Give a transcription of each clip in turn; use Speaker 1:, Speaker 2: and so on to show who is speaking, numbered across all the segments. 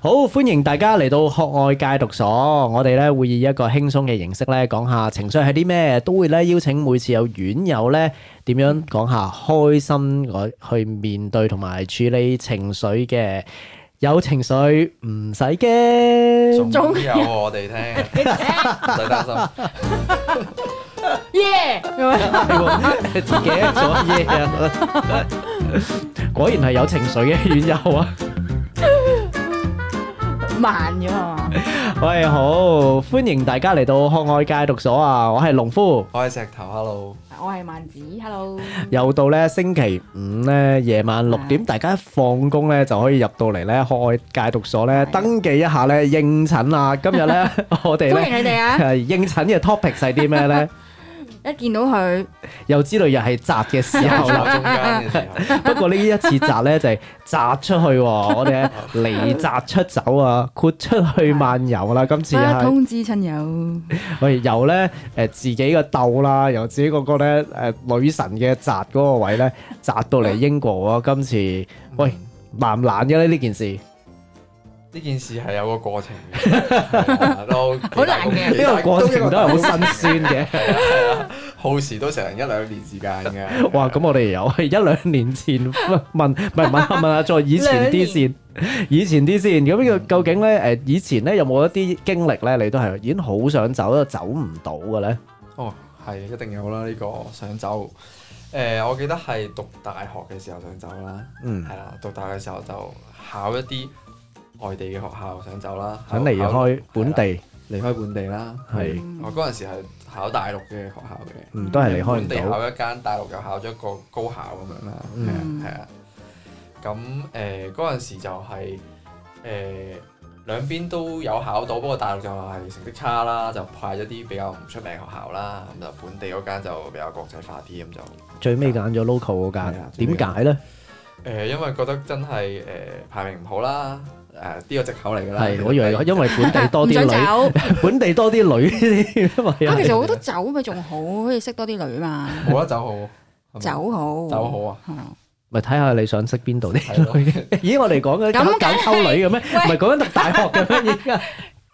Speaker 1: 好，歡迎大家嚟到學外戒毒所，我哋咧會以一個輕鬆嘅形式咧講下情緒係啲咩，都會咧邀請每次有院友咧點樣講下開心嗰去面對同埋處理情緒嘅。有情緒唔使驚，
Speaker 2: 仲有我哋聽，唔使擔心。
Speaker 3: 耶咁樣
Speaker 1: 係喎自己一做嘢啊！果然係有情緒嘅院友啊！
Speaker 3: 慢咗係嘛？
Speaker 1: 喂，好，歡迎大家嚟到學外戒毒所啊！我係農夫。
Speaker 2: 我係石頭，hello。
Speaker 3: 我係萬子，hello。
Speaker 1: 又到咧星期五咧夜晚六點，大家一放工咧就可以入到嚟咧學外戒毒所咧
Speaker 3: 係
Speaker 1: 登記一下咧應診啦。今日 咧我哋
Speaker 3: 歡迎
Speaker 1: 咧
Speaker 3: 你哋 啊！
Speaker 1: 係應診嘅 topic 係啲咩 咧？
Speaker 3: 一見到佢，
Speaker 1: 又知道又係宅嘅時候
Speaker 2: 坐
Speaker 1: 啦。
Speaker 2: 中間嘅時候，
Speaker 1: 不過呢一次宅咧就係宅出去喎，我哋 離宅出走啊，豁出去漫遊啦。今次
Speaker 3: 不
Speaker 1: 係。
Speaker 3: 通知親友，
Speaker 1: 喂，由咧誒自己個竇啦，由自己嗰個咧誒女神嘅宅嗰個位咧，宅到嚟英國喎。今次喂難唔難嘅咧呢件事？呢
Speaker 2: 呢件事係有個過程嘅，都
Speaker 3: 好難嘅
Speaker 2: 幾大
Speaker 1: 個過程都係好
Speaker 2: 幾
Speaker 1: 辛酸嘅。
Speaker 2: 大耗時都成一兩年時間嘅。
Speaker 1: 哇！咁我哋由一兩年前 問，唔係問 下問下再以前啲先，以前啲先。咁呢個究竟咧誒以前咧有冇一啲經歷咧？你都係已經好想走，都走唔到嘅咧？
Speaker 2: 哦，係一定有啦，呢個想走。誒，我記得係讀大學嘅時候想走啦，
Speaker 1: 嗯，
Speaker 2: 係啦，讀大學嘅時候就考一啲外地嘅學校想走啦，
Speaker 1: 想離
Speaker 2: 考
Speaker 1: 開本
Speaker 2: 係啦
Speaker 1: 地
Speaker 2: 離開本地啦，
Speaker 1: 係
Speaker 2: 我嗰陣時係考大陸嘅學校嘅。
Speaker 1: 嗯都係離開
Speaker 2: 本
Speaker 1: 唔
Speaker 2: 地
Speaker 1: 到。
Speaker 2: 考一間，大陸又考咗一個高考咁樣啦，係啊
Speaker 3: 嗯
Speaker 2: 係啊。咁誒嗰陣時就係、誒、兩邊都有考到，不過大陸就係成績差啦，就派咗啲比較唔出名嘅學校啦，咁就本地嗰間就比較國際化啲咁就誒、
Speaker 1: 最尾揀咗 local 嗰
Speaker 2: 係啊最尾
Speaker 1: 間，點解咧？
Speaker 2: 呃因為覺得真係誒、排名唔好啦，誒、呢個藉口嚟㗎啦。
Speaker 1: 係，我以為因為本地多
Speaker 3: 唔
Speaker 1: 啲
Speaker 3: 想
Speaker 1: 女，
Speaker 3: 走。
Speaker 1: 本地多啲女 添，因為
Speaker 3: 啊，其實
Speaker 1: 係
Speaker 3: 好多走咪仲好，可以識多啲女嘛。
Speaker 2: 冇得啊走好，係咪
Speaker 3: 走好，
Speaker 2: 走 好啊，
Speaker 3: 係啊。
Speaker 1: 咪睇下你想識邊度
Speaker 2: 係
Speaker 1: 啲
Speaker 2: 咯
Speaker 1: 女 嘅？咦，我哋講緊搞
Speaker 3: 咁梗係
Speaker 1: 搞溝女嘅咩？唔係講緊讀大學嘅咩？而 家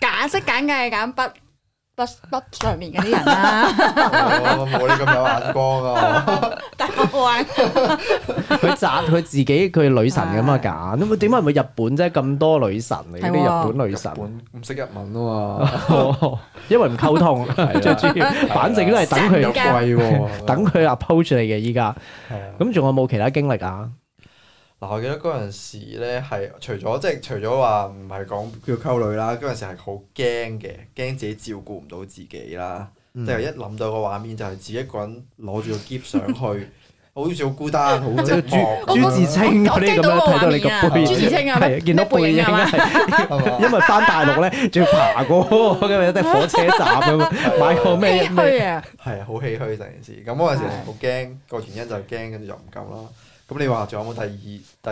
Speaker 3: 揀識揀嘅係揀北北北上面嗰啲人啦，
Speaker 2: 我冇你咁有眼光啊！我
Speaker 3: 但我話
Speaker 1: 佢宅佢自己佢女神咁嘛揀，咁點解唔係日本啫？咁多女神嚟
Speaker 3: 係
Speaker 1: 啲
Speaker 3: 喎
Speaker 1: 日本女神，
Speaker 2: 本唔識日文啊嘛。
Speaker 1: 哦因為唔溝通，最主要，反正都係等
Speaker 3: 神
Speaker 1: 佢
Speaker 2: 又
Speaker 3: 㗎
Speaker 2: 貴 喎，
Speaker 1: 等佢 approach 你嘅依家。
Speaker 2: 係啊。
Speaker 1: 咁仲有冇其他經歷啊？
Speaker 2: 嗱，我記得嗰陣時咧係除咗即係除咗話唔係講叫溝女啦，嗰陣時係好驚嘅，驚自己照顧唔到自己啦。
Speaker 1: 嗯
Speaker 2: 即係一諗到個畫面就係自己一個人攞住個篋上去， 好似好孤單，好寂
Speaker 1: 朱
Speaker 2: 寞。
Speaker 1: 朱自清嗰啲咁樣睇到你
Speaker 3: 我
Speaker 1: 個背，
Speaker 3: 我驚到個畫面啊朱自清啊
Speaker 1: 係見到
Speaker 3: 咩
Speaker 1: 背
Speaker 3: 背
Speaker 1: 影
Speaker 3: 影啊
Speaker 1: 啊。係
Speaker 2: 係
Speaker 1: 因
Speaker 2: 嘛？
Speaker 1: 為翻大陸咧，仲要爬過咁樣啲火車站 咁樣，買個咩
Speaker 3: 唏
Speaker 1: 咩
Speaker 3: 噓啊，
Speaker 2: 係啊好唏噓成件事。咁嗰陣時係好驚，個原因就係驚，跟住就唔敢啦。咁你話仲有冇第二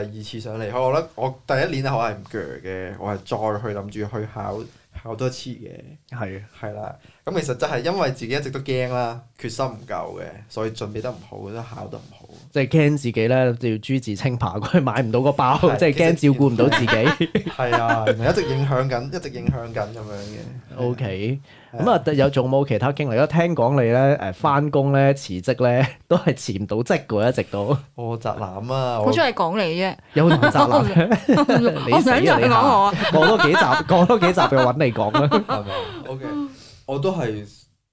Speaker 2: 第二次想離開？我覺得我第一年啊我係唔鋸嘅，我係再去諗住去考考多次嘅。
Speaker 1: 係
Speaker 2: 係啦，咁其實真係因為自己一直都驚啦，決心唔夠嘅，所以準備得唔好，都考得唔好。
Speaker 1: 即係驚自己咧，就要朱自清爬過去買唔到個包，
Speaker 2: 係
Speaker 1: 即係驚照顧唔到自己。
Speaker 2: 係啊，原來一直影響緊，一直影響緊咁樣嘅。
Speaker 1: O K，咁啊，有仲冇其他經歷咧？聽講你咧誒翻工咧辭職咧，都係辭唔到職嘅，一直 都
Speaker 2: 我宅男啊，
Speaker 3: 好
Speaker 2: 我
Speaker 3: 中意講你啫，
Speaker 1: 有男宅男嘅。
Speaker 3: 我想再
Speaker 1: 你
Speaker 3: 講我啊。
Speaker 1: 過多幾集，過多幾集就揾你講啦。
Speaker 2: 係咪 ？O K，我都係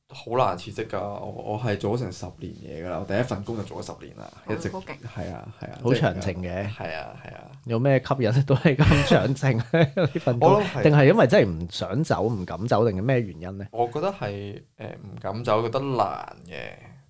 Speaker 2: 好難辭職㗎。我我係做咗成十年嘢㗎啦，我第一份工就做咗十年啦，一直
Speaker 3: 好勁
Speaker 2: 係啊係啊，
Speaker 1: 好
Speaker 2: 即係
Speaker 1: 長情嘅
Speaker 2: 係啊係啊，
Speaker 1: 有咩吸引到你咁長情咧？呢份工
Speaker 2: 我諗係
Speaker 1: 定係因為真係唔想走、唔敢走，定係咩原因咧？
Speaker 2: 我覺得係誒唔敢走，覺得難嘅，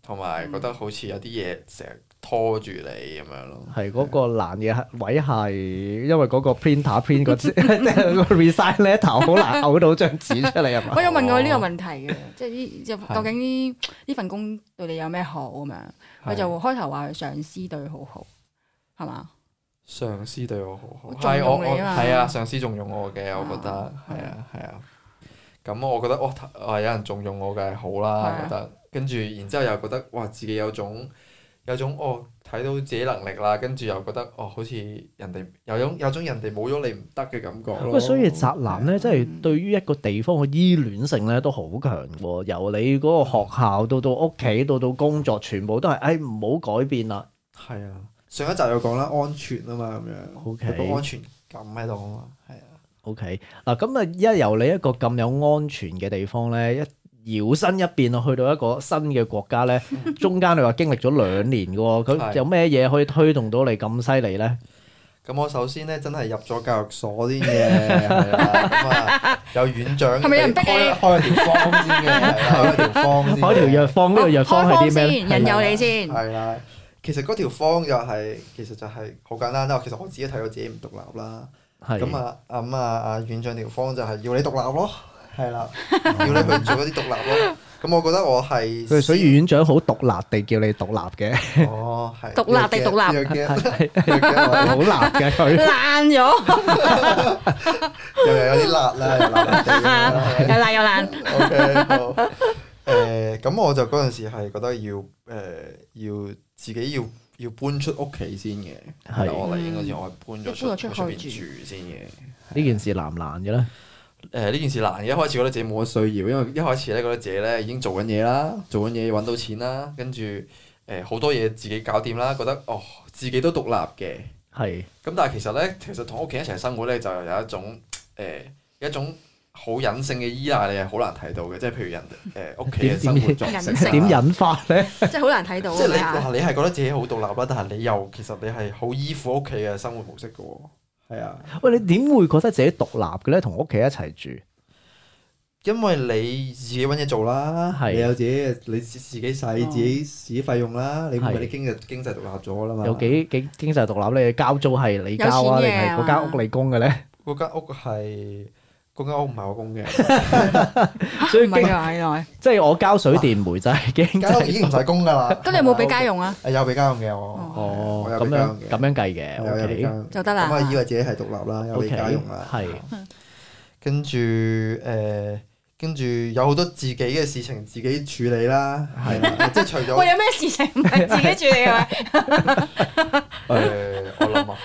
Speaker 2: 同埋
Speaker 3: 嗯
Speaker 2: 覺得好似有啲嘢成日拖住你咁樣咯。
Speaker 1: 係嗰個難嘅位係，因為嗰個 printer print 嗰 支個 resign letter 好難嘔到張紙出嚟 係嘛？哦
Speaker 3: 我有問過呢個問題嘅，即係呢即係究竟呢呢份工對你有咩好咁樣？佢
Speaker 2: 係
Speaker 3: 就開頭話佢上司對佢好好，係嘛？
Speaker 2: 上司對我好好，
Speaker 3: 重
Speaker 2: 係我
Speaker 3: 用
Speaker 2: 我
Speaker 3: 你啊嘛
Speaker 2: 係啊，上司重用我嘅，我覺得
Speaker 3: 啊
Speaker 2: 係啊係啊。咁我覺得哇，啊有人重用我嘅係好
Speaker 3: 係
Speaker 2: 啦
Speaker 3: 啊，
Speaker 2: 覺得跟住然之後又覺得哇，自己有種有種哦睇到自己能力啦，跟住又覺得哦好似人哋有種有種人哋冇咗你唔得嘅感覺咯。
Speaker 1: 喂，所以宅男咧，即係對於一個地方嘅依戀性咧都好強喎。由你嗰個學校到到屋企，到到工作，全部都係誒哎唔好改變啦。
Speaker 2: 係啊，上一集有講啦，安全啊嘛，咁樣
Speaker 1: OK
Speaker 2: 有個安全感喺度啊嘛，係啊。
Speaker 1: OK，嗱咁啊，一由你一個咁有安全嘅地方咧，一搖身一變啊，去到一個新嘅國 家咧，中間你話經歷咗兩年嘅喎，佢
Speaker 2: 係
Speaker 1: 有咩嘢可以推動到你咁犀利咧？
Speaker 2: 咁我首先咧真係入咗教育所先嘅，係啦，咁啊有院長
Speaker 3: 係咪有人逼你
Speaker 2: 開開咗條方先嘅， 係啦開咗條方先嘅，
Speaker 1: 開條藥方，呢個藥方係
Speaker 3: 開
Speaker 1: 啲咩
Speaker 3: 先，
Speaker 1: 呢？
Speaker 3: 引誘你先。
Speaker 2: 係啦，其實嗰條方就係、其實就係好簡單啦。其實我自己睇到自己唔獨立啦。
Speaker 1: 係
Speaker 2: 咁啊咁啊啊院長條方就係要你獨立咯，係啦，要你去做一啲獨立咯。咁我覺得我係
Speaker 1: 佢水魚院長好獨立地叫你獨立嘅，
Speaker 2: 先哦，係
Speaker 3: 獨立地獨立
Speaker 2: 立，呢個 get，呢個 get 我
Speaker 1: 好立嘅佢。
Speaker 3: 爛咗，
Speaker 2: 又又有啲辣啦，又辣辣地咁樣啦係
Speaker 3: 又爛又爛，
Speaker 2: O K，好。誒，咁我就嗰陣時係覺得要誒、要自己要要搬出屋企先嘅。
Speaker 1: 係
Speaker 2: 係我嚟應該就我搬咗出
Speaker 3: 搬咗出去
Speaker 2: 出邊
Speaker 3: 住
Speaker 2: 住先嘅。
Speaker 1: 呢件事難唔難嘅咧？
Speaker 2: 誒呢件事難嘅，一開始覺得自己冇乜需要，因為一開始咧覺得自己咧已經做緊嘢啦，做緊嘢揾到錢啦，跟住誒好多嘢自己搞掂啦，覺得哦自己都獨立嘅。
Speaker 1: 係
Speaker 2: 咁但係其實咧，其實同屋企人一齊生活咧，就有一種誒、一種好隱性嘅依賴，你係好難睇到嘅。即係譬如人 誒屋企嘅生活作息
Speaker 3: 隱性
Speaker 2: 啊
Speaker 1: 點引發咧？
Speaker 3: 真係好難睇到
Speaker 2: 即係你
Speaker 3: 啊！
Speaker 2: 嗱，你係覺得自己好獨立啦，但係你又其實你係好依附屋企嘅生活模式嘅喎。係啊，
Speaker 1: 喂，你點會覺得自己獨立嘅咧？同屋企一齊住，
Speaker 2: 因為你自己揾嘢做啦，
Speaker 1: 係嗯
Speaker 2: 你有自己嘅你自自己使
Speaker 3: 哦
Speaker 2: 自己自己費用啦，你唔
Speaker 1: 係
Speaker 2: 係你經濟經濟獨立咗啦嘛。
Speaker 1: 有幾幾經濟獨立咧？交租係你交啊，
Speaker 3: 有
Speaker 1: 定
Speaker 3: 錢嘅
Speaker 1: 係嗰間屋你供嘅 咧？
Speaker 2: 嗰間屋係嗰間屋唔係我 供嘅，
Speaker 1: 所以
Speaker 3: 唔
Speaker 1: 經
Speaker 3: 係啊，原來
Speaker 1: 即係我交水電煤就係經
Speaker 2: 間屋已
Speaker 1: 濟。
Speaker 2: 經唔使供㗎啦。
Speaker 3: 咁你有冇俾家用啊？
Speaker 2: 係有俾家用嘅我。
Speaker 1: 哦
Speaker 2: 我，有
Speaker 1: 咁
Speaker 2: 俾家用
Speaker 1: 樣
Speaker 2: 嘅
Speaker 1: 咁樣計嘅
Speaker 2: 有有俾家
Speaker 1: ，OK
Speaker 2: 用
Speaker 3: 就得啦
Speaker 2: 咁啊，以為自己係獨立啦，有俾
Speaker 1: OK，
Speaker 2: 家用啦。
Speaker 1: 係
Speaker 2: 跟住誒，跟住有好多自己嘅事情自己處理啦，係啦，即係除
Speaker 3: 喂，
Speaker 2: 咗
Speaker 3: 有咩事情 唔係自己處理嘅咩？
Speaker 2: 誒，我諗啊，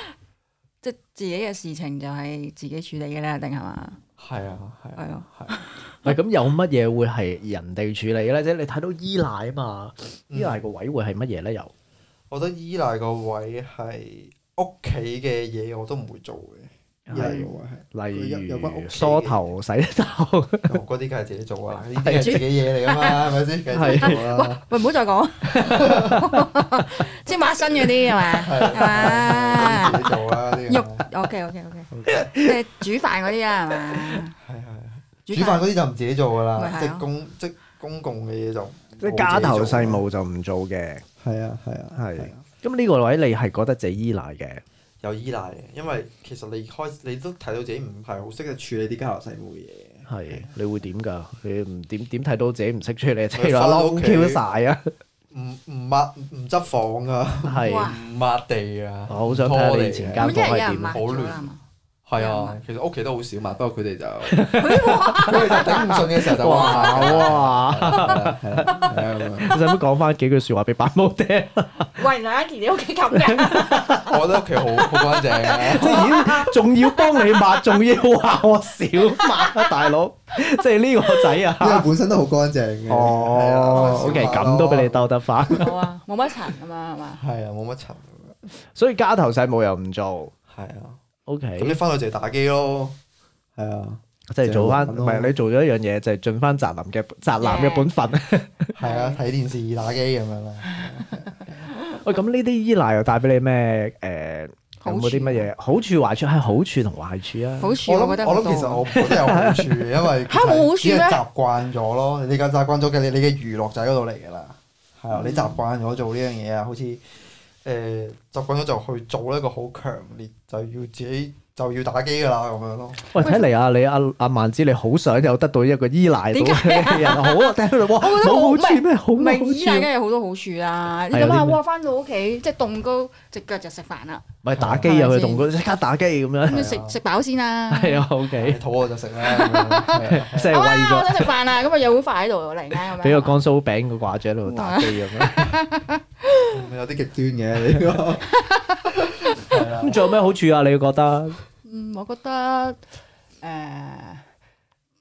Speaker 3: 即係自己嘅事情就係自己處理嘅咧，定係嘛？
Speaker 2: 係啊，係
Speaker 3: 係
Speaker 2: 啊
Speaker 3: 咯，
Speaker 2: 係啊。
Speaker 1: 喂，咁有乜嘢會係人哋處理嘅咧？即係你睇到依賴啊嘛，
Speaker 2: 嗯
Speaker 1: 依賴個位會係乜嘢咧？又
Speaker 2: 我覺得依賴個位係屋企嘅嘢我都唔會做嘅，依賴個位係。
Speaker 1: 例
Speaker 2: 有有關屋
Speaker 1: 如
Speaker 2: 企
Speaker 1: 梳頭、 洗頭，
Speaker 2: 哦嗰啲梗係自己做 啊，呢啲係自己嘢嚟㗎嘛，係咪先？梗係自己做啦。
Speaker 3: 喂，唔好再講，即係抹身嗰啲係嘛？係
Speaker 2: 啊自
Speaker 3: 嘛
Speaker 2: 己做啦，呢啲
Speaker 3: 肉
Speaker 2: 係
Speaker 3: OK OK OK，即係煮飯嗰啲啊，係嘛？
Speaker 2: 係係。煮飯嗰啲就唔自己做㗎
Speaker 3: 咪係
Speaker 2: 啦，
Speaker 3: 咯
Speaker 2: 即係公即公共嘅嘢就
Speaker 1: 即
Speaker 2: 冇
Speaker 1: 係家頭
Speaker 2: 自己做
Speaker 1: 細務就唔做嘅。
Speaker 2: 係啊，係啊，
Speaker 1: 係
Speaker 2: 係啊
Speaker 1: 咁呢個位你係覺得自己依賴嘅，
Speaker 2: 有依賴嘅，因為其實你開你都睇到自己唔係好識得處理啲家頭細務嘅嘢。
Speaker 1: 係你會點㗎？你唔點點睇到自己唔識處理，即係
Speaker 2: 返
Speaker 1: 話
Speaker 2: 到屋
Speaker 1: 窿
Speaker 2: 企
Speaker 1: Q 晒啊！
Speaker 2: 唔唔抹唔執房啊，
Speaker 1: 係
Speaker 3: 哇，
Speaker 2: 唔抹地啊，
Speaker 1: 我好想睇下你以前間房
Speaker 3: 咁即係有
Speaker 1: 係
Speaker 3: 人
Speaker 1: 點
Speaker 3: 抹
Speaker 1: 啊。
Speaker 3: 咗啦係嘛？
Speaker 2: 係
Speaker 3: 有人
Speaker 2: 啊
Speaker 3: 抹，
Speaker 2: 其實屋企都好少抹，不過佢哋就 佢哋就頂唔順嘅時候就
Speaker 1: 哇啊
Speaker 2: 抹。
Speaker 1: 哇！
Speaker 2: 係啦係啊啦係啦
Speaker 1: 你使唔使講翻幾句説話俾板毛聽？即
Speaker 3: 喂，梁欣琪，你屋企咁嘅，
Speaker 2: 我覺得屋企好好乾淨啊。
Speaker 1: 係已經仲要幫你抹，仲要話我少抹啊，大 佬！即係呢個仔
Speaker 2: 因為
Speaker 1: 啊！
Speaker 2: 本身都好乾淨嘅。啊
Speaker 1: 哦，OK，咁都俾你。兜得翻，
Speaker 3: 好啊，冇乜塵咁嘛，係嘛？
Speaker 2: 係啊，冇乜塵。
Speaker 1: 所以家頭細務又唔做
Speaker 2: 係啊，咁你
Speaker 1: ，OK，
Speaker 2: 翻到就打機咯。係啊。
Speaker 1: 即係做哦翻，
Speaker 2: 就係玩
Speaker 1: 唔
Speaker 2: 咯
Speaker 1: 係你做咗一樣嘢，就係盡翻宅男嘅宅男嘅本分。
Speaker 2: 係啊，睇電視打機咁樣啦。啊
Speaker 1: 喂，咁呢啲依賴又帶俾你咩？誒、呃有冇啲乜嘢好處壞處？係好處同壞處啊！
Speaker 3: 啊好處
Speaker 2: 我諗
Speaker 3: 我覺得好
Speaker 2: 我諗
Speaker 3: 多啊
Speaker 2: 其實我覺得有好處嘅，因為
Speaker 3: 嚇冇好處
Speaker 2: 其實
Speaker 3: 咩
Speaker 2: 只係習慣咗咯。你而家習慣咗嘅，你你嘅娛樂就喺嗰度嚟㗎啦。係
Speaker 3: 嗯
Speaker 2: 啊，你習慣咗做呢樣呃嘢啊，好似誒習慣咗就去做一個好強烈，就要自己
Speaker 4: 就要打機㗎啦咁樣咯。
Speaker 1: 喂，睇嚟啊，你阿阿萬子，你好想有得到一個依賴到
Speaker 3: 點解
Speaker 1: 嘅人，好啊！聽到哇，
Speaker 3: 我覺得
Speaker 1: 冇
Speaker 3: 好
Speaker 1: 好處咩？好
Speaker 3: 唔係依賴
Speaker 1: 冇好
Speaker 3: 梗
Speaker 1: 處啊，
Speaker 2: 啊
Speaker 3: 係有好多啊好處啦。你
Speaker 1: 係有啊
Speaker 3: 諗
Speaker 1: 啲
Speaker 3: 下，
Speaker 1: 咩
Speaker 3: 哇！翻到屋企即係凍高只腳就食飯啦，
Speaker 1: 咪打機又去
Speaker 3: 係咪
Speaker 1: 動
Speaker 3: 先
Speaker 1: 嗰，即刻打機咁樣，
Speaker 3: 咁
Speaker 2: 啊
Speaker 3: 你食食飽先啦。
Speaker 1: 係啊
Speaker 4: 你
Speaker 1: ，OK，
Speaker 4: 肚餓就食啦咁樣 係啊。
Speaker 1: 即係為
Speaker 3: 啊我
Speaker 1: 咗
Speaker 3: 想食飯啦，咁啊有碗飯喺度嚟咧咁樣。
Speaker 1: 俾個江蘇餅佢掛住喺度打機咁樣。
Speaker 4: 有啲極端嘅你呢個 係啦
Speaker 1: 咁仲有咩好處啊？你覺得？
Speaker 3: 嗯，我覺得誒，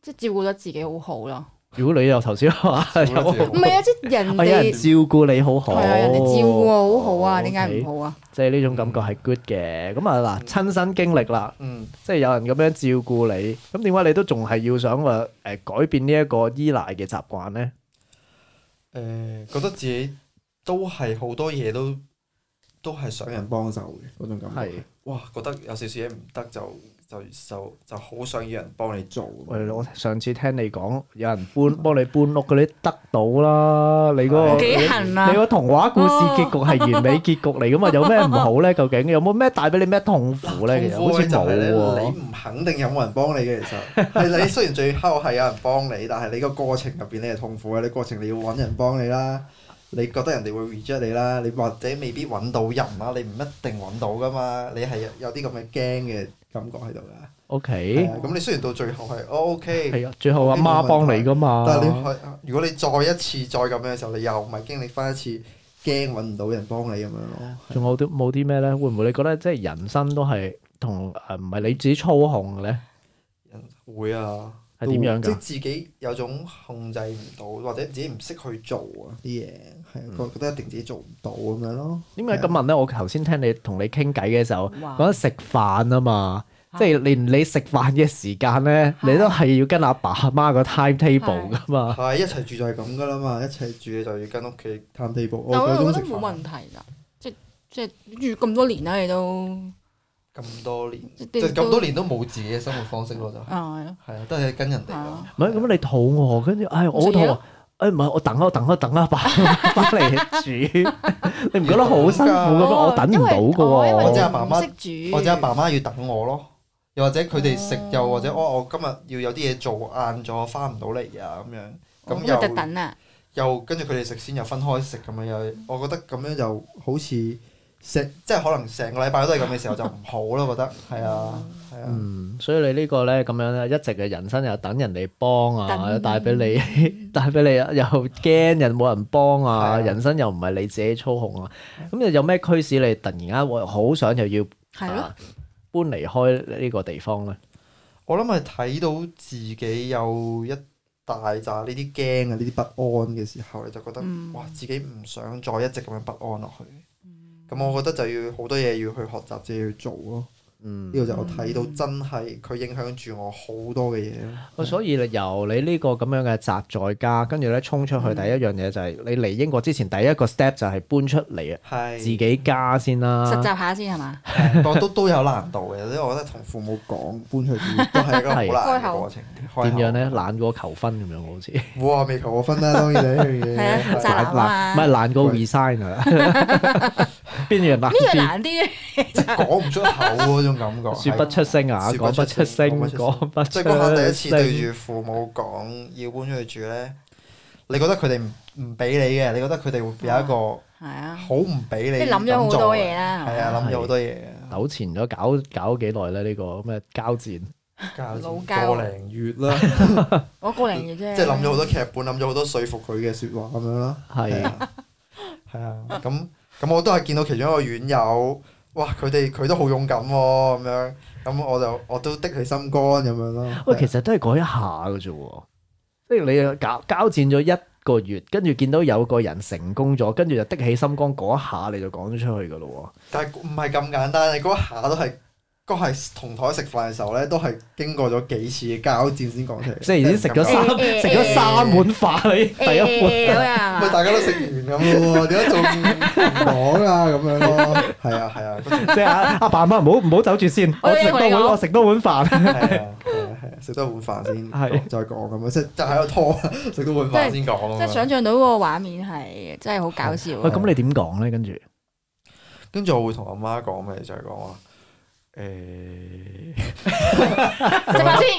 Speaker 3: 即係照顧得自己好好咯。
Speaker 1: 如果你又頭先話有好
Speaker 2: 顧得
Speaker 3: 唔係啊，即係人
Speaker 1: 啊有人
Speaker 3: 哋
Speaker 1: 照顧你好
Speaker 3: 係
Speaker 1: 好，
Speaker 3: 啊，人哋照顧我好好啊，
Speaker 1: 哦
Speaker 3: 點解
Speaker 1: OK
Speaker 3: 唔好啊？
Speaker 1: 即係呢種感覺係 good 嘅。咁啊嗱，親身經歷啦，
Speaker 2: 嗯，
Speaker 1: 即係有人咁樣照顧你，咁點解你都仲係要想話誒改變呢一個依賴嘅習慣咧？
Speaker 2: 誒呃覺得自己都係好多嘢都都係想
Speaker 4: 有
Speaker 2: 人
Speaker 4: 人幫手嘅嗰種感
Speaker 1: 係
Speaker 4: 覺，
Speaker 2: 哇，覺得有少少嘢唔得就就就就好想要人幫你做。
Speaker 1: 喂，我上次聽你講有人搬幫你搬屋嗰啲得到啦，你嗰、個
Speaker 3: 幾
Speaker 1: 你
Speaker 3: 痕啊
Speaker 1: 你！個童話故事結局係完美結局嚟噶嘛？有咩唔好咧？究竟有冇咩帶俾你咩痛苦 咧？其實
Speaker 2: 痛
Speaker 1: 好
Speaker 2: 苦
Speaker 1: 似
Speaker 2: 嘅就
Speaker 1: 冇
Speaker 2: 係咧，
Speaker 1: 喎。
Speaker 2: 你唔肯定有冇人幫你嘅，其實 係你雖然最後係有人幫你，但係你個過程入邊你係痛苦嘅，你過程你要揾人幫你啦，你覺得人哋會 reject 你啦，你或者未必揾到人啦，你唔一定揾到噶嘛，你係有有啲咁嘅驚嘅感覺喺度㗎。
Speaker 1: O
Speaker 2: 係
Speaker 1: K，
Speaker 2: 啊咁你雖然到最後係哦啊 OK，
Speaker 1: 係啊，最後阿媽幫你噶嘛
Speaker 2: 但。係你係如果你再一次再咁樣嘅時候，你又咪經歷翻一次驚揾唔到人幫你咁樣咯。
Speaker 1: 仲有啲冇啲咩咧？會唔會你覺得即係人生都係同誒唔係你自己操控嘅咧？
Speaker 2: 會啊，
Speaker 1: 係點樣㗎
Speaker 2: 即係自己有種控制唔到，或者自己唔識去做啊啲嘢，係覺覺得一定自己做唔到咁樣咯。
Speaker 1: 點解咁問咧？我頭先聽你同你傾偈嘅時候
Speaker 3: 哇
Speaker 1: 講緊食飯啊嘛，
Speaker 3: 啊
Speaker 1: 即係連你食飯嘅時間咧，你都係要跟阿爸阿媽個 timetable 噶嘛。
Speaker 2: 係一齊住就係咁噶啦嘛，一齊住你就要跟屋企探地步。我嗰
Speaker 3: 我
Speaker 2: 種
Speaker 3: 覺
Speaker 2: 食
Speaker 3: 得冇
Speaker 2: 飯
Speaker 3: 問題㗎，即即係住咁多年啦，你都
Speaker 2: 咁多年，
Speaker 3: 即
Speaker 2: 即
Speaker 3: 係
Speaker 2: 係咁多年都冇自己嘅生活方式咯，就係
Speaker 3: 啊係咯，
Speaker 2: 係啊，都係跟人哋咯。
Speaker 1: 唔係咁你肚餓，跟住唉我好
Speaker 3: 食
Speaker 1: 肚
Speaker 3: 嘢
Speaker 1: 餓
Speaker 3: 咯，
Speaker 1: 唉唔係我等啊我等啊等 啊，爸翻嚟煮， 你唔覺得好辛苦嘅咩？我等唔到嘅
Speaker 3: 因為
Speaker 1: 喎
Speaker 2: 我。即係
Speaker 3: 唔識煮，
Speaker 2: 或者阿爸媽要等我咯，又或者佢哋食
Speaker 3: 哦，
Speaker 2: 又或者我我今日要有啲嘢做晏咗，翻唔到嚟啊咁樣。
Speaker 3: 咁
Speaker 2: 咁
Speaker 3: 又特
Speaker 2: 又
Speaker 3: 等啊，
Speaker 2: 又跟住佢哋食先，又分開食咁樣，又我覺得咁樣就好似成即係可能成個禮拜都係咁嘅時候就唔好咯，覺得係啊
Speaker 3: 哦
Speaker 2: 係啊，
Speaker 1: 嗯，所以你呢個咧咁樣咧，一直嘅人生又等人哋幫啊，
Speaker 3: 等
Speaker 1: 又帶俾你， 帶俾你又驚人冇人幫啊，
Speaker 2: 係啊
Speaker 1: 人生又唔係你自己操控啊。咁又有咩驅使你突然間會好想又要
Speaker 3: 係咯
Speaker 1: 啊，搬離開呢個地方咧？
Speaker 2: 我諗係睇到自己有一大扎呢啲驚啊呢啲不安嘅時候，你就覺得、
Speaker 3: 嗯
Speaker 2: 哇自己唔想再一直咁樣不安落去。
Speaker 3: 嗯
Speaker 2: 咁我覺得就要好多嘢要去學習，自己去做咯。
Speaker 1: 嗯
Speaker 2: 呢，個就我睇到真係佢影響住我好多嘅嘢咯。
Speaker 1: 哦所以你由你呢個咁樣嘅宅在家，跟住咧衝出
Speaker 3: 嗯
Speaker 1: 去，第一樣嘢就係你嚟英國之前第一個 step 就係搬出嚟啊
Speaker 2: 係
Speaker 1: 自己家先啦。
Speaker 3: 實習下先係嘛？
Speaker 2: 不過都都有難度嘅，因為我
Speaker 4: 我
Speaker 2: 覺
Speaker 4: 覺
Speaker 2: 得
Speaker 4: 得同父母講搬出去住，
Speaker 2: 都係一個好難
Speaker 3: 開口
Speaker 2: 嘅過程。
Speaker 1: 點
Speaker 2: 開口
Speaker 1: 樣咧？懶過求婚咁樣好似。
Speaker 2: 哇！未求過婚啦，當然呢樣嘢。
Speaker 3: 係啊，宅男啊
Speaker 1: 唔係
Speaker 3: 嘛，
Speaker 1: 難過 resign 啊，邊樣難
Speaker 3: 呢個
Speaker 1: 啲？
Speaker 3: 難啲，
Speaker 2: 講唔出口嗰種感覺。
Speaker 1: 説不出聲啊，
Speaker 2: 説
Speaker 1: 講
Speaker 2: 不
Speaker 1: 不
Speaker 2: 出
Speaker 1: 出聲，
Speaker 2: 聲
Speaker 1: 講不出
Speaker 2: 即
Speaker 1: 聲。
Speaker 2: 係嗰下第一次對住父母講要搬出去住咧，你覺得佢哋唔唔俾你嘅，你覺得佢哋會有一個
Speaker 3: 係啊，
Speaker 2: 好唔俾
Speaker 3: 即
Speaker 2: 你
Speaker 3: 係諗咗好多嘢啦，
Speaker 2: 係啊，諗咗好多嘢。
Speaker 1: 糾纏咗搞搞幾耐咧？呢個咁嘅交戰，
Speaker 3: 老交
Speaker 2: 個零月啦，
Speaker 3: 我個零嘅啫，
Speaker 2: 即係諗咗好多劇本，諗咗好多說服佢嘅説話咁樣啦。
Speaker 1: 係
Speaker 2: 啊，係啊，咁咁我都係見到其中一個院友，哇！佢哋佢都好勇敢喎、咁樣咁我就我都的佢心肝咁樣咯。啊
Speaker 1: 喂，其實都係嗰一下嘅啫喎，即係你搞交戰咗一個月，跟住見到有個人成功咗，跟住就的起心肝嗰一下，你就講咗出去嘅咯
Speaker 2: 但係唔係咁簡單，你嗰一下都係嗰係同台食飯嘅時候咧，都係經過咗幾次嘅交戰先講出嚟。
Speaker 1: 喎，即係已經食咗
Speaker 2: 真係唔
Speaker 1: 三
Speaker 3: 誒誒誒
Speaker 1: 食咗三碗飯，你第一碗。
Speaker 3: 誒咁
Speaker 2: 簡單喂，
Speaker 3: 啊，
Speaker 2: 大家都食完咁咯喎，點解仲唔講啊？咁樣咯，係啊，係啊，嗰陣
Speaker 1: 即係阿阿爸阿媽唔好唔好走住先，
Speaker 3: 我
Speaker 1: 我
Speaker 3: 以為
Speaker 1: 食多碗
Speaker 3: 我
Speaker 1: 我食多碗 飯。
Speaker 2: 係啊，係啊，係啊，食多碗飯先
Speaker 1: 係
Speaker 2: 再講咁樣，即係就喺度拖，食多碗飯先講咁
Speaker 3: 即
Speaker 2: 樣。
Speaker 3: 係想像到個畫面係真係好搞笑
Speaker 1: 喂，
Speaker 3: 啊，
Speaker 1: 咁你點講咧？跟住？
Speaker 2: 跟住我會同阿媽講嘅，就係講話誒，
Speaker 5: 誒
Speaker 3: 食飯先咁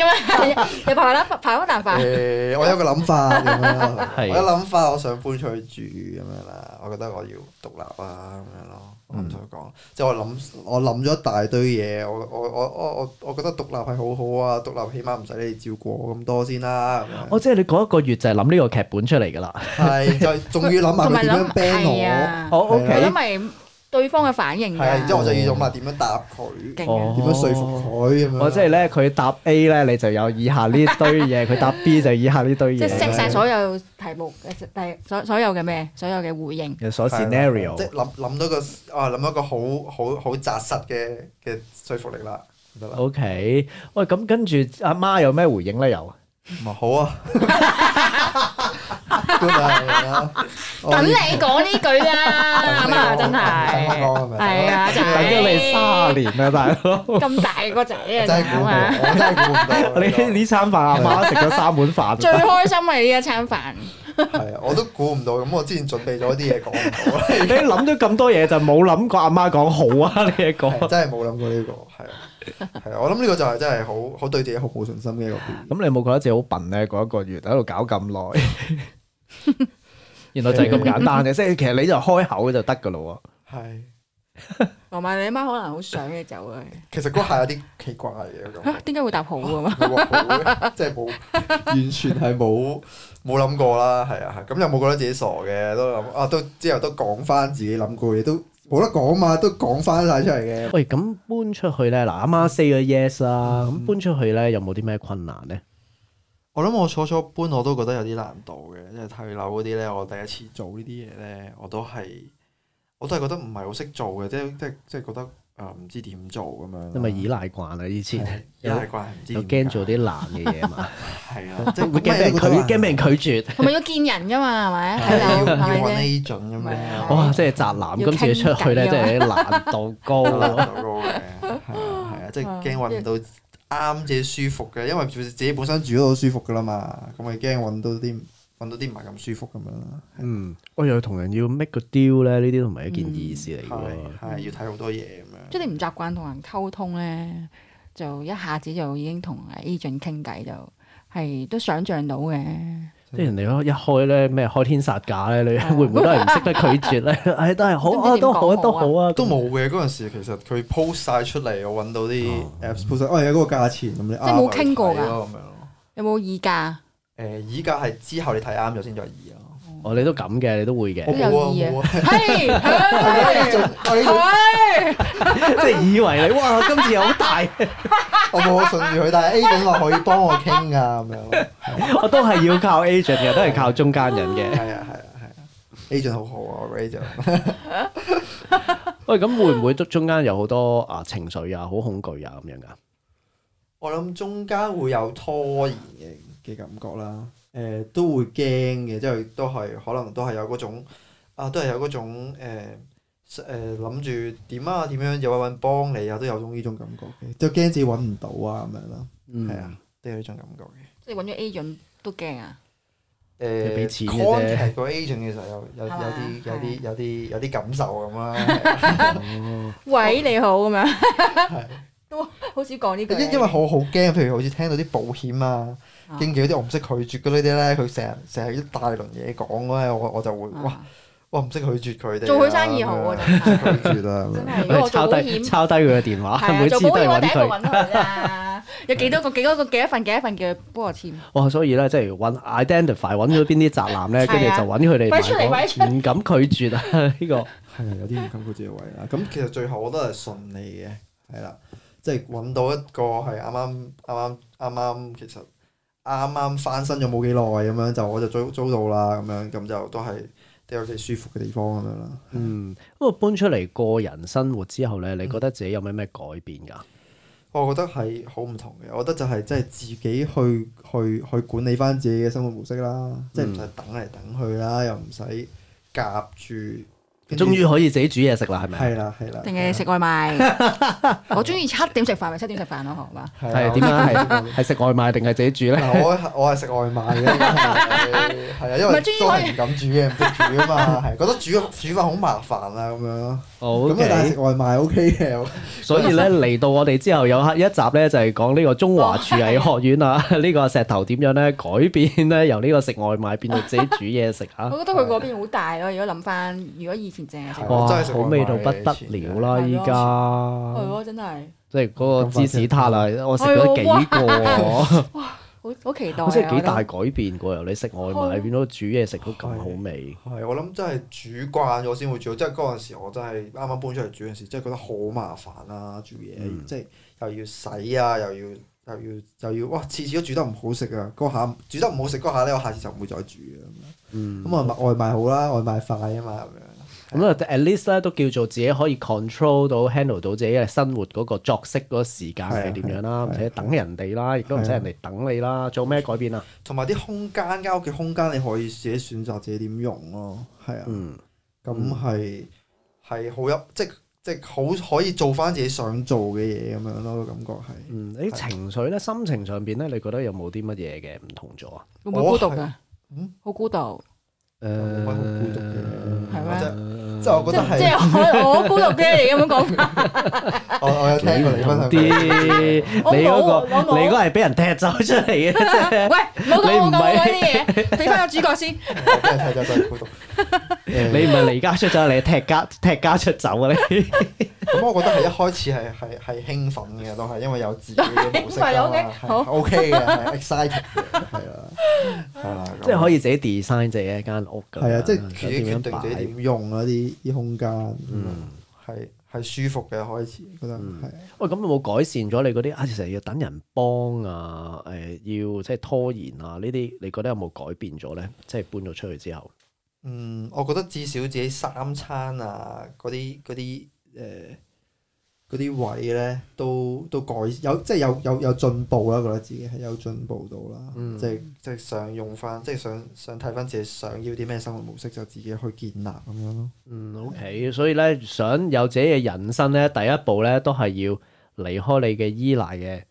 Speaker 3: 樣，又排啦，排嗰啖飯。
Speaker 2: 誒，我有個諗法咁樣啦，我
Speaker 1: 係
Speaker 2: 有諗法，我想搬出去住咁樣啦。我覺得我要獨立啊咁樣咯。
Speaker 1: 嗯
Speaker 2: 我唔同佢講，即係我諗我諗咗一大堆嘢。我我我我我我覺得獨立係好好啊，獨立起碼唔使你照顧我咁多先啦。咁
Speaker 1: 我哦
Speaker 2: 樣
Speaker 1: 即係你嗰一個月就係諗呢個劇本出嚟㗎啦。
Speaker 2: 係啊就仲要諗埋佢
Speaker 3: 同埋
Speaker 2: 點樣
Speaker 3: 諗
Speaker 2: ban
Speaker 3: 係
Speaker 2: 我，
Speaker 3: 啊，
Speaker 1: 我
Speaker 2: 係啊
Speaker 1: OK，
Speaker 3: 諗埋對方嘅反應㗎。
Speaker 2: 係啊，然之後我就要諗
Speaker 1: 嗯
Speaker 2: 埋點樣答佢，點
Speaker 3: 勁
Speaker 1: 哦
Speaker 3: 啊
Speaker 2: 樣說服佢咁樣。
Speaker 1: 我即係咧，佢答 A 咧，你就有以下呢堆嘢；佢答 B 就以下呢堆
Speaker 3: 即係
Speaker 1: 嘢。
Speaker 3: set 晒所有題目，誒所所有嘅咩，所有嘅回應。
Speaker 1: 有所
Speaker 2: 係啦
Speaker 1: scenario，
Speaker 2: 即係諗諗到個啊諗到一個好好好扎實嘅嘅說服力啦，得啦。
Speaker 1: O K，喂，咁跟住阿媽有咩回應咧？又
Speaker 2: 唔係好 啊，咁啊係啦。我
Speaker 3: 等你啊講呢句啦，
Speaker 2: 等你
Speaker 3: 咁啊
Speaker 2: 講
Speaker 3: 真
Speaker 2: 等我講係
Speaker 3: 係，
Speaker 2: 咪
Speaker 3: 係啊，
Speaker 1: 等咗你卅年啦，大佬，
Speaker 3: 咁大個仔
Speaker 2: 真
Speaker 3: 啊，
Speaker 2: 係估唔
Speaker 3: 咁
Speaker 2: 到，我真
Speaker 3: 啊，
Speaker 2: 係估唔到。
Speaker 1: 你呢餐飯阿媽食咗三碗飯，
Speaker 3: 最開心係呢一餐飯，
Speaker 2: 係啊，我都估唔到。咁我之前準備咗啲嘢講唔到啦，
Speaker 1: 你諗咗咁多嘢就冇諗過阿媽 講好啊 呢一個。
Speaker 2: 係真係冇諗過呢個。係啊，係啊，我諗呢個就係真係好好對自己好冇信心嘅一個表現。
Speaker 1: 咁你有冇覺得自己好笨咧？嗰一個月喺度搞咁耐， 原來就係咁簡單 嘅，即係其實你就開口就得噶咯
Speaker 2: 係，
Speaker 3: 同埋你阿媽可能好想你走啊，
Speaker 2: 其實嗰下有啲奇怪嘅咁。
Speaker 3: 嚇點解會答好咁啊？
Speaker 2: 佢話好嘅即係冇，完全係冇冇諗過啦，係啊，咁又冇覺得自己傻嘅，都諗啊，都之後都講翻自己諗過嘅嘢，都冇得講嘛，都講翻晒出嚟嘅
Speaker 1: 喎。。喂，咁搬出去咧，嗱，阿媽 say 咗 yes 啦，咁搬出去咧有冇啲咩困難咧？
Speaker 2: 我諗我初初搬我都覺得有啲難度嘅，因為睇樓嗰啲咧，我第一次做呢啲嘢咧，我都係我都係覺得唔係好識做嘅，即係即係即係覺得啊唔知點做咁樣。
Speaker 1: 因為依賴慣啦，以前
Speaker 2: 係依賴關係唔知
Speaker 1: 又
Speaker 2: 點
Speaker 1: 驚
Speaker 2: 解
Speaker 1: 做啲難嘅嘢嘛，
Speaker 2: 係啦，即係
Speaker 1: 會驚俾人拒，驚俾人拒絕。
Speaker 3: 同埋要見人噶嘛，係咪？
Speaker 2: 係
Speaker 3: 係
Speaker 2: 要要
Speaker 3: 咪？係
Speaker 2: 揾
Speaker 3: 咪啫？
Speaker 2: agent 咁樣。
Speaker 1: 哇！即係宅男今次出去咧，
Speaker 3: 要傾偈啊
Speaker 1: 真係難度高
Speaker 2: 有難
Speaker 1: 啊！
Speaker 2: 度高嘅，係啊係啊，即係驚揾唔到啱自己舒服嘅，因為自己本身住嗰度舒服噶啦嘛，咁咪驚揾到啲揾到啲唔係咁舒服咁樣啦。
Speaker 1: 嗯，我又同人要 make 個 deal 咧，呢啲都唔係一件易事嚟嘅喎。
Speaker 2: 係
Speaker 3: 嗯
Speaker 2: 係要睇好多嘢咁樣。
Speaker 3: 即係你唔習慣同人溝通咧，就一下子就已經同 agent 傾偈就係都想像到嘅。
Speaker 1: 即係人哋一開咧咩開天殺價 咧，你會唔會都係唔識得拒絕 咧？唉，都係好啊，都好啊，都好啊，
Speaker 5: 都冇嘅嗰陣時，其實佢 post 晒出嚟，我揾到啲
Speaker 2: Apps 本身，哦有嗰個價錢咁你即啊
Speaker 3: 係冇傾過
Speaker 2: 咁
Speaker 3: 㗎
Speaker 2: 樣咯。
Speaker 3: 有冇議價？
Speaker 5: 誒依家係之後你睇啱咗先再移咯。
Speaker 1: 哦，你都咁嘅，你都會嘅
Speaker 2: 啊 我，冇啊
Speaker 3: 都有意啊
Speaker 2: 冇啊，
Speaker 3: 係係
Speaker 2: 我 啊呢種
Speaker 3: 係，
Speaker 1: 即係以為你哇，今次好大，
Speaker 2: 哎我冇順住佢，但係 A 總話可以幫我傾㗎咁樣。
Speaker 1: 我都係要靠 agent 嘅，都係靠中間人 嘅。
Speaker 2: 係啊係啊係啊，agent 好好啊，我個 agent。
Speaker 1: 喂，咁會唔會都中間有好多啊情緒啊，好恐懼啊咁樣噶？
Speaker 2: 我諗中間會有拖延嘅嘅感覺啦，誒、都會驚嘅，即係都係可能都係有嗰種啊，都係有嗰種誒誒諗住點啊點樣有揾幫你啊，都有種呢種感覺嘅，就驚自己揾唔到啊咁樣啦，係啊、
Speaker 1: 嗯，
Speaker 2: 都有呢種感覺嘅。
Speaker 3: 即係揾咗 agent 都驚啊！
Speaker 1: 係俾
Speaker 2: 誒
Speaker 1: 錢嘅啫
Speaker 2: contact 個 agent 嘅時候有有有
Speaker 3: 係嘛
Speaker 2: 啲有
Speaker 3: 係
Speaker 2: 啲有啲有啲感受咁 啦，啊
Speaker 3: 喂，你好 咁樣，
Speaker 2: 係
Speaker 3: 好似講呢句。
Speaker 2: 因因為我好驚，譬如好似聽到啲保險啊、
Speaker 3: 啊
Speaker 2: 經紀嗰啲，我唔識拒絕嗰啲咧，佢成日成日一大輪嘢講咧，我我就會哇
Speaker 3: 啊
Speaker 2: 哇唔識拒絕佢哋啊。
Speaker 3: 做佢生意好啊，
Speaker 2: 咁
Speaker 3: 真
Speaker 2: 樣
Speaker 3: 係
Speaker 2: 拒絕 啊！咁
Speaker 3: 真
Speaker 2: 樣
Speaker 3: 係。如果
Speaker 1: 我
Speaker 3: 我做
Speaker 1: 抄
Speaker 3: 保
Speaker 1: 低
Speaker 3: 險，
Speaker 1: 抄低佢嘅電話，
Speaker 3: 係 啊，
Speaker 1: 每
Speaker 3: 做
Speaker 1: 次
Speaker 3: 保
Speaker 1: 都係
Speaker 3: 險
Speaker 1: 揾
Speaker 3: 我第一個
Speaker 1: 佢。
Speaker 3: 揾 佢啦。有幾多個幾多個幾多份幾多份叫佢幫我簽？
Speaker 1: 哇！所以咧，即係揾 identify 揾咗邊啲宅男咧，跟住
Speaker 3: 係啊
Speaker 1: 就揾佢哋
Speaker 3: 喂出嚟
Speaker 1: 埋
Speaker 3: 喂出嚟
Speaker 1: 講，唔敢拒絕啊！呢 個
Speaker 2: 係啊有啲唔感覺自己位啦。咁其實最後我都係順利嘅，係啦，即係揾到一個係啱啱啱啱啱啱其實啱啱翻身咗冇幾耐咁樣，就我就租租到啦咁樣，咁就都係都有幾舒服嘅地方咁樣啦。
Speaker 1: 嗯，不過搬出嚟個人生活之後咧，
Speaker 3: 嗯
Speaker 1: 你覺得自己有咩咩改變㗎？
Speaker 2: 我覺得係好唔同嘅，我覺得就係即係自己去去去管理翻自
Speaker 1: 嗯
Speaker 2: 己嘅生活模式啦，即係唔使等嚟等去啦，又唔使夾住跟住
Speaker 1: 終於可以自己煮嘢食啦，係咪？
Speaker 2: 係啊啦係啦，
Speaker 3: 定係食 外賣？我中意七點食飯咪七點食飯咯，好嘛？
Speaker 2: 係
Speaker 1: 係點啊？ 係係食外賣定係自己煮 咧？
Speaker 2: 嗱，我係我係食外賣嘅， 係啊，因
Speaker 3: 唔
Speaker 2: 為
Speaker 3: 係
Speaker 2: 都
Speaker 3: 終於可以
Speaker 2: 係唔敢煮嘅，唔識煮啊嘛，係覺得煮煮飯好麻煩啊咁樣咯。
Speaker 1: 好
Speaker 2: 咁啊，但係
Speaker 1: 嘅
Speaker 2: 食，外賣 OK 嘅，
Speaker 1: 所以咧嚟到我哋之後有一集咧就係講呢個中華廚藝學院啊，呢個石頭點樣咧改變咧由呢個食外賣變到自己煮嘢食啊！
Speaker 3: 我覺得佢嗰邊好大咯。如果諗翻，如果以前淨係食，
Speaker 2: 我
Speaker 1: 哇，
Speaker 2: 真係食
Speaker 1: 好
Speaker 2: 外賣
Speaker 1: 味道不得了啦！依
Speaker 3: 係
Speaker 1: 家
Speaker 3: 咯，真係
Speaker 1: 即係嗰個芝士塔啊，我食咗幾個 喎，
Speaker 3: 好好期待啊。
Speaker 1: 我真係幾大
Speaker 3: 我
Speaker 1: 改
Speaker 3: 覺
Speaker 1: 變喎！由你食外
Speaker 3: 啊
Speaker 1: 賣變到煮嘢食都咁好味，
Speaker 2: 係我諗真係煮慣咗先會煮，即係嗰陣時我真係啱啱搬出嚟煮嗰陣時，真係覺得好麻煩啦，煮嘢
Speaker 1: 嗯
Speaker 2: 即係又要洗啊，又要又要又要，哇！次次都煮得唔好食啊，嗰下煮得唔好食嗰下咧，我下次就唔會再煮嘅
Speaker 1: 嗯
Speaker 2: 咁。啊，外賣好啦，外賣快啊嘛，咁樣。
Speaker 1: 咁啊，at least 咧都叫做自己可以 control 到 handle 到自己嘅生活嗰個作息嗰個時間係啊點樣啦，
Speaker 2: 係啊
Speaker 1: 唔
Speaker 2: 係啊
Speaker 1: 使等人哋啦，亦都唔使人哋等你啦，做咩改變啊？
Speaker 2: 同埋啲空間間屋嘅空間，你可以自己選擇自己點用咯，係啊，
Speaker 1: 嗯，
Speaker 2: 咁係係好有即即好可以做翻自己想做嘅嘢咁樣咯，感覺係。
Speaker 1: 嗯，你情緒咧、心情上邊咧，你覺得有冇啲乜嘢嘅唔同咗啊？
Speaker 3: 得會唔會孤獨
Speaker 2: 我
Speaker 3: 㗎？
Speaker 2: 嗯
Speaker 3: 好孤獨，
Speaker 1: 誒，
Speaker 2: 唔係好孤獨嘅，
Speaker 3: 係
Speaker 2: 我
Speaker 3: 咩
Speaker 2: 即即我覺
Speaker 3: 即
Speaker 2: 得
Speaker 3: 即
Speaker 2: 係
Speaker 3: 係我我孤獨嘅你咁樣 講法，
Speaker 2: 我我有聽過你分享過。
Speaker 1: 啲，
Speaker 3: 我
Speaker 1: 你嗰
Speaker 3: 冇
Speaker 1: 個
Speaker 3: 我冇
Speaker 1: 你嗰個係俾人踢走出嚟嘅，即係
Speaker 3: 喂，唔好
Speaker 1: 你唔
Speaker 3: 講我講
Speaker 1: 係
Speaker 3: 我呢啲嘢，俾翻個主角先。
Speaker 2: 我真係睇咗真係孤獨。
Speaker 1: 你
Speaker 2: 誒
Speaker 1: 唔係離家出走，你係踢家踢家出走啊！ 你
Speaker 2: 咁，我覺得係一開始係係係興奮嘅，都係因為有自己嘅模式啊
Speaker 3: 興奮
Speaker 2: 嘛
Speaker 3: ，OK，，好
Speaker 2: 係 OK 嘅係，excited 嘅，係啦，係啦，
Speaker 1: 即係可
Speaker 2: 以
Speaker 1: 以自己 design 自己一間屋咁樣。
Speaker 2: 係啊，即係
Speaker 1: 想
Speaker 2: 自己決
Speaker 1: 點樣
Speaker 2: 定自己
Speaker 1: 擺
Speaker 2: 點用啊啲啲空間。
Speaker 1: 嗯。
Speaker 2: 係係舒服嘅開始，覺得
Speaker 1: 嗯
Speaker 2: 係
Speaker 1: 喂，咁有冇改善咗你嗰啲啊？成日要等人幫啊，誒、要即係拖延啊，呢啲你覺得有冇改變咗咧？即係搬咗出去之後，
Speaker 2: 嗯，我覺得至少自己三餐啊嗰啲嗰啲誒嗰啲位咧都都改有即係有有有進步啦，覺得自己係有進步到啦，
Speaker 1: 嗯
Speaker 2: 即係即係想用翻，即係想想睇翻自己想要啲咩生活模式，就自己去建立咁樣咯。
Speaker 1: 嗯，OK，所以咧，想有自己嘅人生咧，第一步咧都係要離開你嘅依賴嘅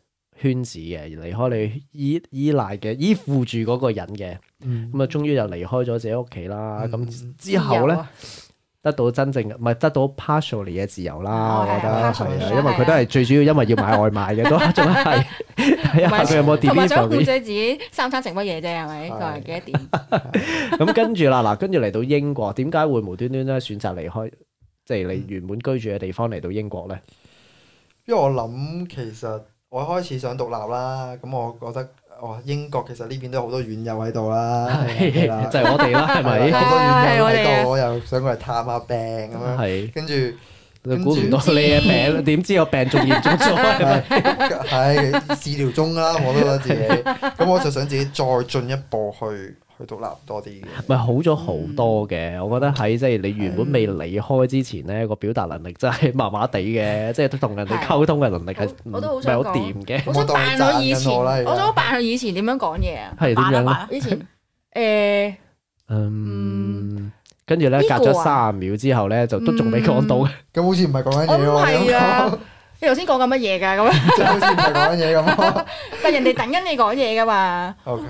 Speaker 1: 圈子嘅，離開你依依賴嘅依附住嗰個人嘅，
Speaker 2: 嗯，
Speaker 1: 咁啊，終於就離開咗自己屋企啦。咁、
Speaker 2: 嗯
Speaker 1: 之後咧
Speaker 3: 自由。啊
Speaker 1: 得到真正嘅，唔係得到 partially 嘅自由啦，
Speaker 3: 哦
Speaker 1: 我覺得
Speaker 3: 係啊
Speaker 1: 係
Speaker 3: partially
Speaker 1: 啊，因為佢都係最主要，因為要買外賣嘅都 仲 係睇下佢有冇
Speaker 3: 同埋想控
Speaker 1: delivery。
Speaker 3: 制自己三餐食乜嘢啫，係咪？
Speaker 2: 係
Speaker 3: 佢係幾多點？
Speaker 1: 咁跟住啦，嗱，跟住嚟到英國，點解會無端端咧選擇離開，即係
Speaker 3: 嗯
Speaker 1: 你原本居住嘅地方嚟到英國咧？
Speaker 2: 因為我諗其實我一開始想獨立啦，咁我覺得哇英國其實呢邊都有好多院友喺度啦，係啦
Speaker 1: 就係我哋啦，係
Speaker 2: 係啦
Speaker 1: 咪？
Speaker 2: 好多院友喺
Speaker 3: 係
Speaker 2: 度，我又想過嚟探下病咁樣，
Speaker 1: 係，
Speaker 2: 跟住。
Speaker 1: 你估唔到你嘅病，點知我病仲嚴重咗？
Speaker 2: 係治療中啦，我都覺得自己。 咁我就想自己再進一步去去獨立多啲嘅。
Speaker 1: 咪好咗好多
Speaker 3: 嗯
Speaker 1: 嘅，我覺得喺即係你原本未離開之前咧，個表達能力真係麻麻地嘅，即係同人哋
Speaker 3: 嗯係
Speaker 1: 溝通嘅能力係唔
Speaker 3: 我都好
Speaker 1: 唔
Speaker 3: 想
Speaker 1: 係
Speaker 3: 講
Speaker 1: 好掂嘅。
Speaker 3: 我想扮我以
Speaker 2: 我當你讚
Speaker 3: 前，
Speaker 2: 緊我啦而家
Speaker 3: 我想扮佢以前點樣講嘢啊？
Speaker 1: 係點樣咧
Speaker 3: 扮啊扮啊以前誒，
Speaker 1: 嗯，跟住咧
Speaker 3: 呢
Speaker 1: 隔
Speaker 3: 個
Speaker 1: 咗
Speaker 3: 啊嗯
Speaker 1: 三十秒之後咧，就都仲未講到嘅。
Speaker 2: 咁好似唔係講緊
Speaker 3: 我
Speaker 2: 嘢
Speaker 3: 唔
Speaker 2: 喎，你
Speaker 3: 係
Speaker 2: 咁
Speaker 3: 啊
Speaker 2: 講，
Speaker 3: 你頭先講緊乜嘢㗎？咁樣，
Speaker 2: 即係好似唔係講緊嘢咁咯。
Speaker 3: 但人哋等緊你講嘢㗎嘛。
Speaker 2: OK，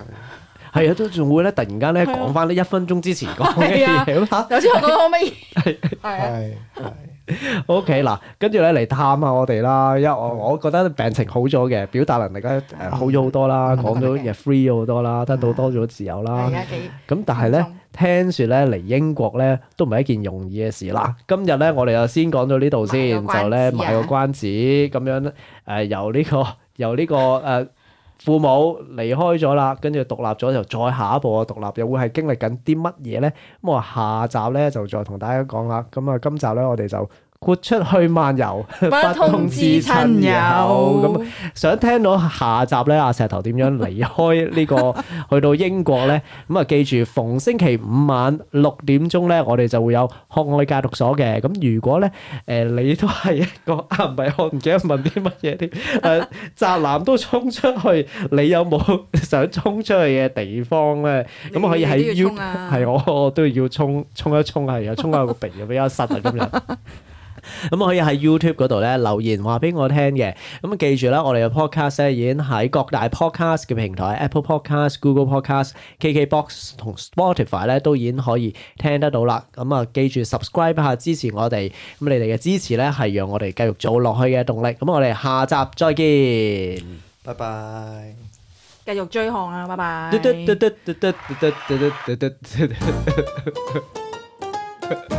Speaker 1: 係啊，都仲會咧，突然間咧
Speaker 3: 係啊
Speaker 1: 講翻呢一分鐘之前講嘅
Speaker 3: 係啊
Speaker 1: 嘢嚇。
Speaker 3: 頭先我講緊乜嘢？係啊，
Speaker 2: 係係
Speaker 1: O K 嗱，跟住咧嚟探下我哋啦，因為我我覺得病情好咗嘅，表達能力咧誒好咗好多啦，
Speaker 2: 嗯
Speaker 1: 講到嘢 free 咗好多啦，得到多咗自由啦
Speaker 3: 嗯係。啊，幾
Speaker 1: 咁但係咧，聽説咧嚟英國咧都唔係一件容易嘅事啦。今日咧我哋就先講到呢度先，
Speaker 3: 賣嗯個關子啊
Speaker 1: 就咧賣個關子咁樣誒、由呢、個 由呢、個誒。父母離開咗啦，跟住獨立咗就再下一步嘅獨立又會係經歷緊啲乜嘢咧？咁我下集咧就再同大家講啦。咁啊，今集咧我哋就豁出去漫遊，
Speaker 3: 不通知親友
Speaker 1: 咁。 想聽到下集咧，阿石頭點樣離開呢、個去到英國咧？咁啊，記住逢星期五晚六點鐘咧，我哋就會有學愛戒毒所嘅。咁如果咧，誒、你都係一個啊，唔係我唔記得問啲乜 嘢添。誒、宅男都衝出去，你有冇 想衝出去嘅地方咧？咁可以
Speaker 3: 你
Speaker 1: 喺
Speaker 3: 你都要
Speaker 1: U
Speaker 3: 衝啊
Speaker 1: 係我我都要衝衝一衝係啊，衝下個鼻比較實啊咁樣。咁可以喺 YouTube 嗰度咧留言話俾我聽嘅。咁記住啦，我哋嘅 podcast 咧已經喺各大 podcast 嘅平台，Apple Podcast、Google Podcast、KKBox 同 Spotify 咧都已經可以聽得到啦。咁啊，記住 subscribe 下支持我哋。咁你哋嘅支持咧係讓我哋繼續做落去嘅動力。咁我哋下集再見。
Speaker 4: 拜拜。
Speaker 3: 繼續追項啦，拜拜。
Speaker 1: 嘟嘟嘟嘟嘟嘟嘟嘟嘟嘟嘟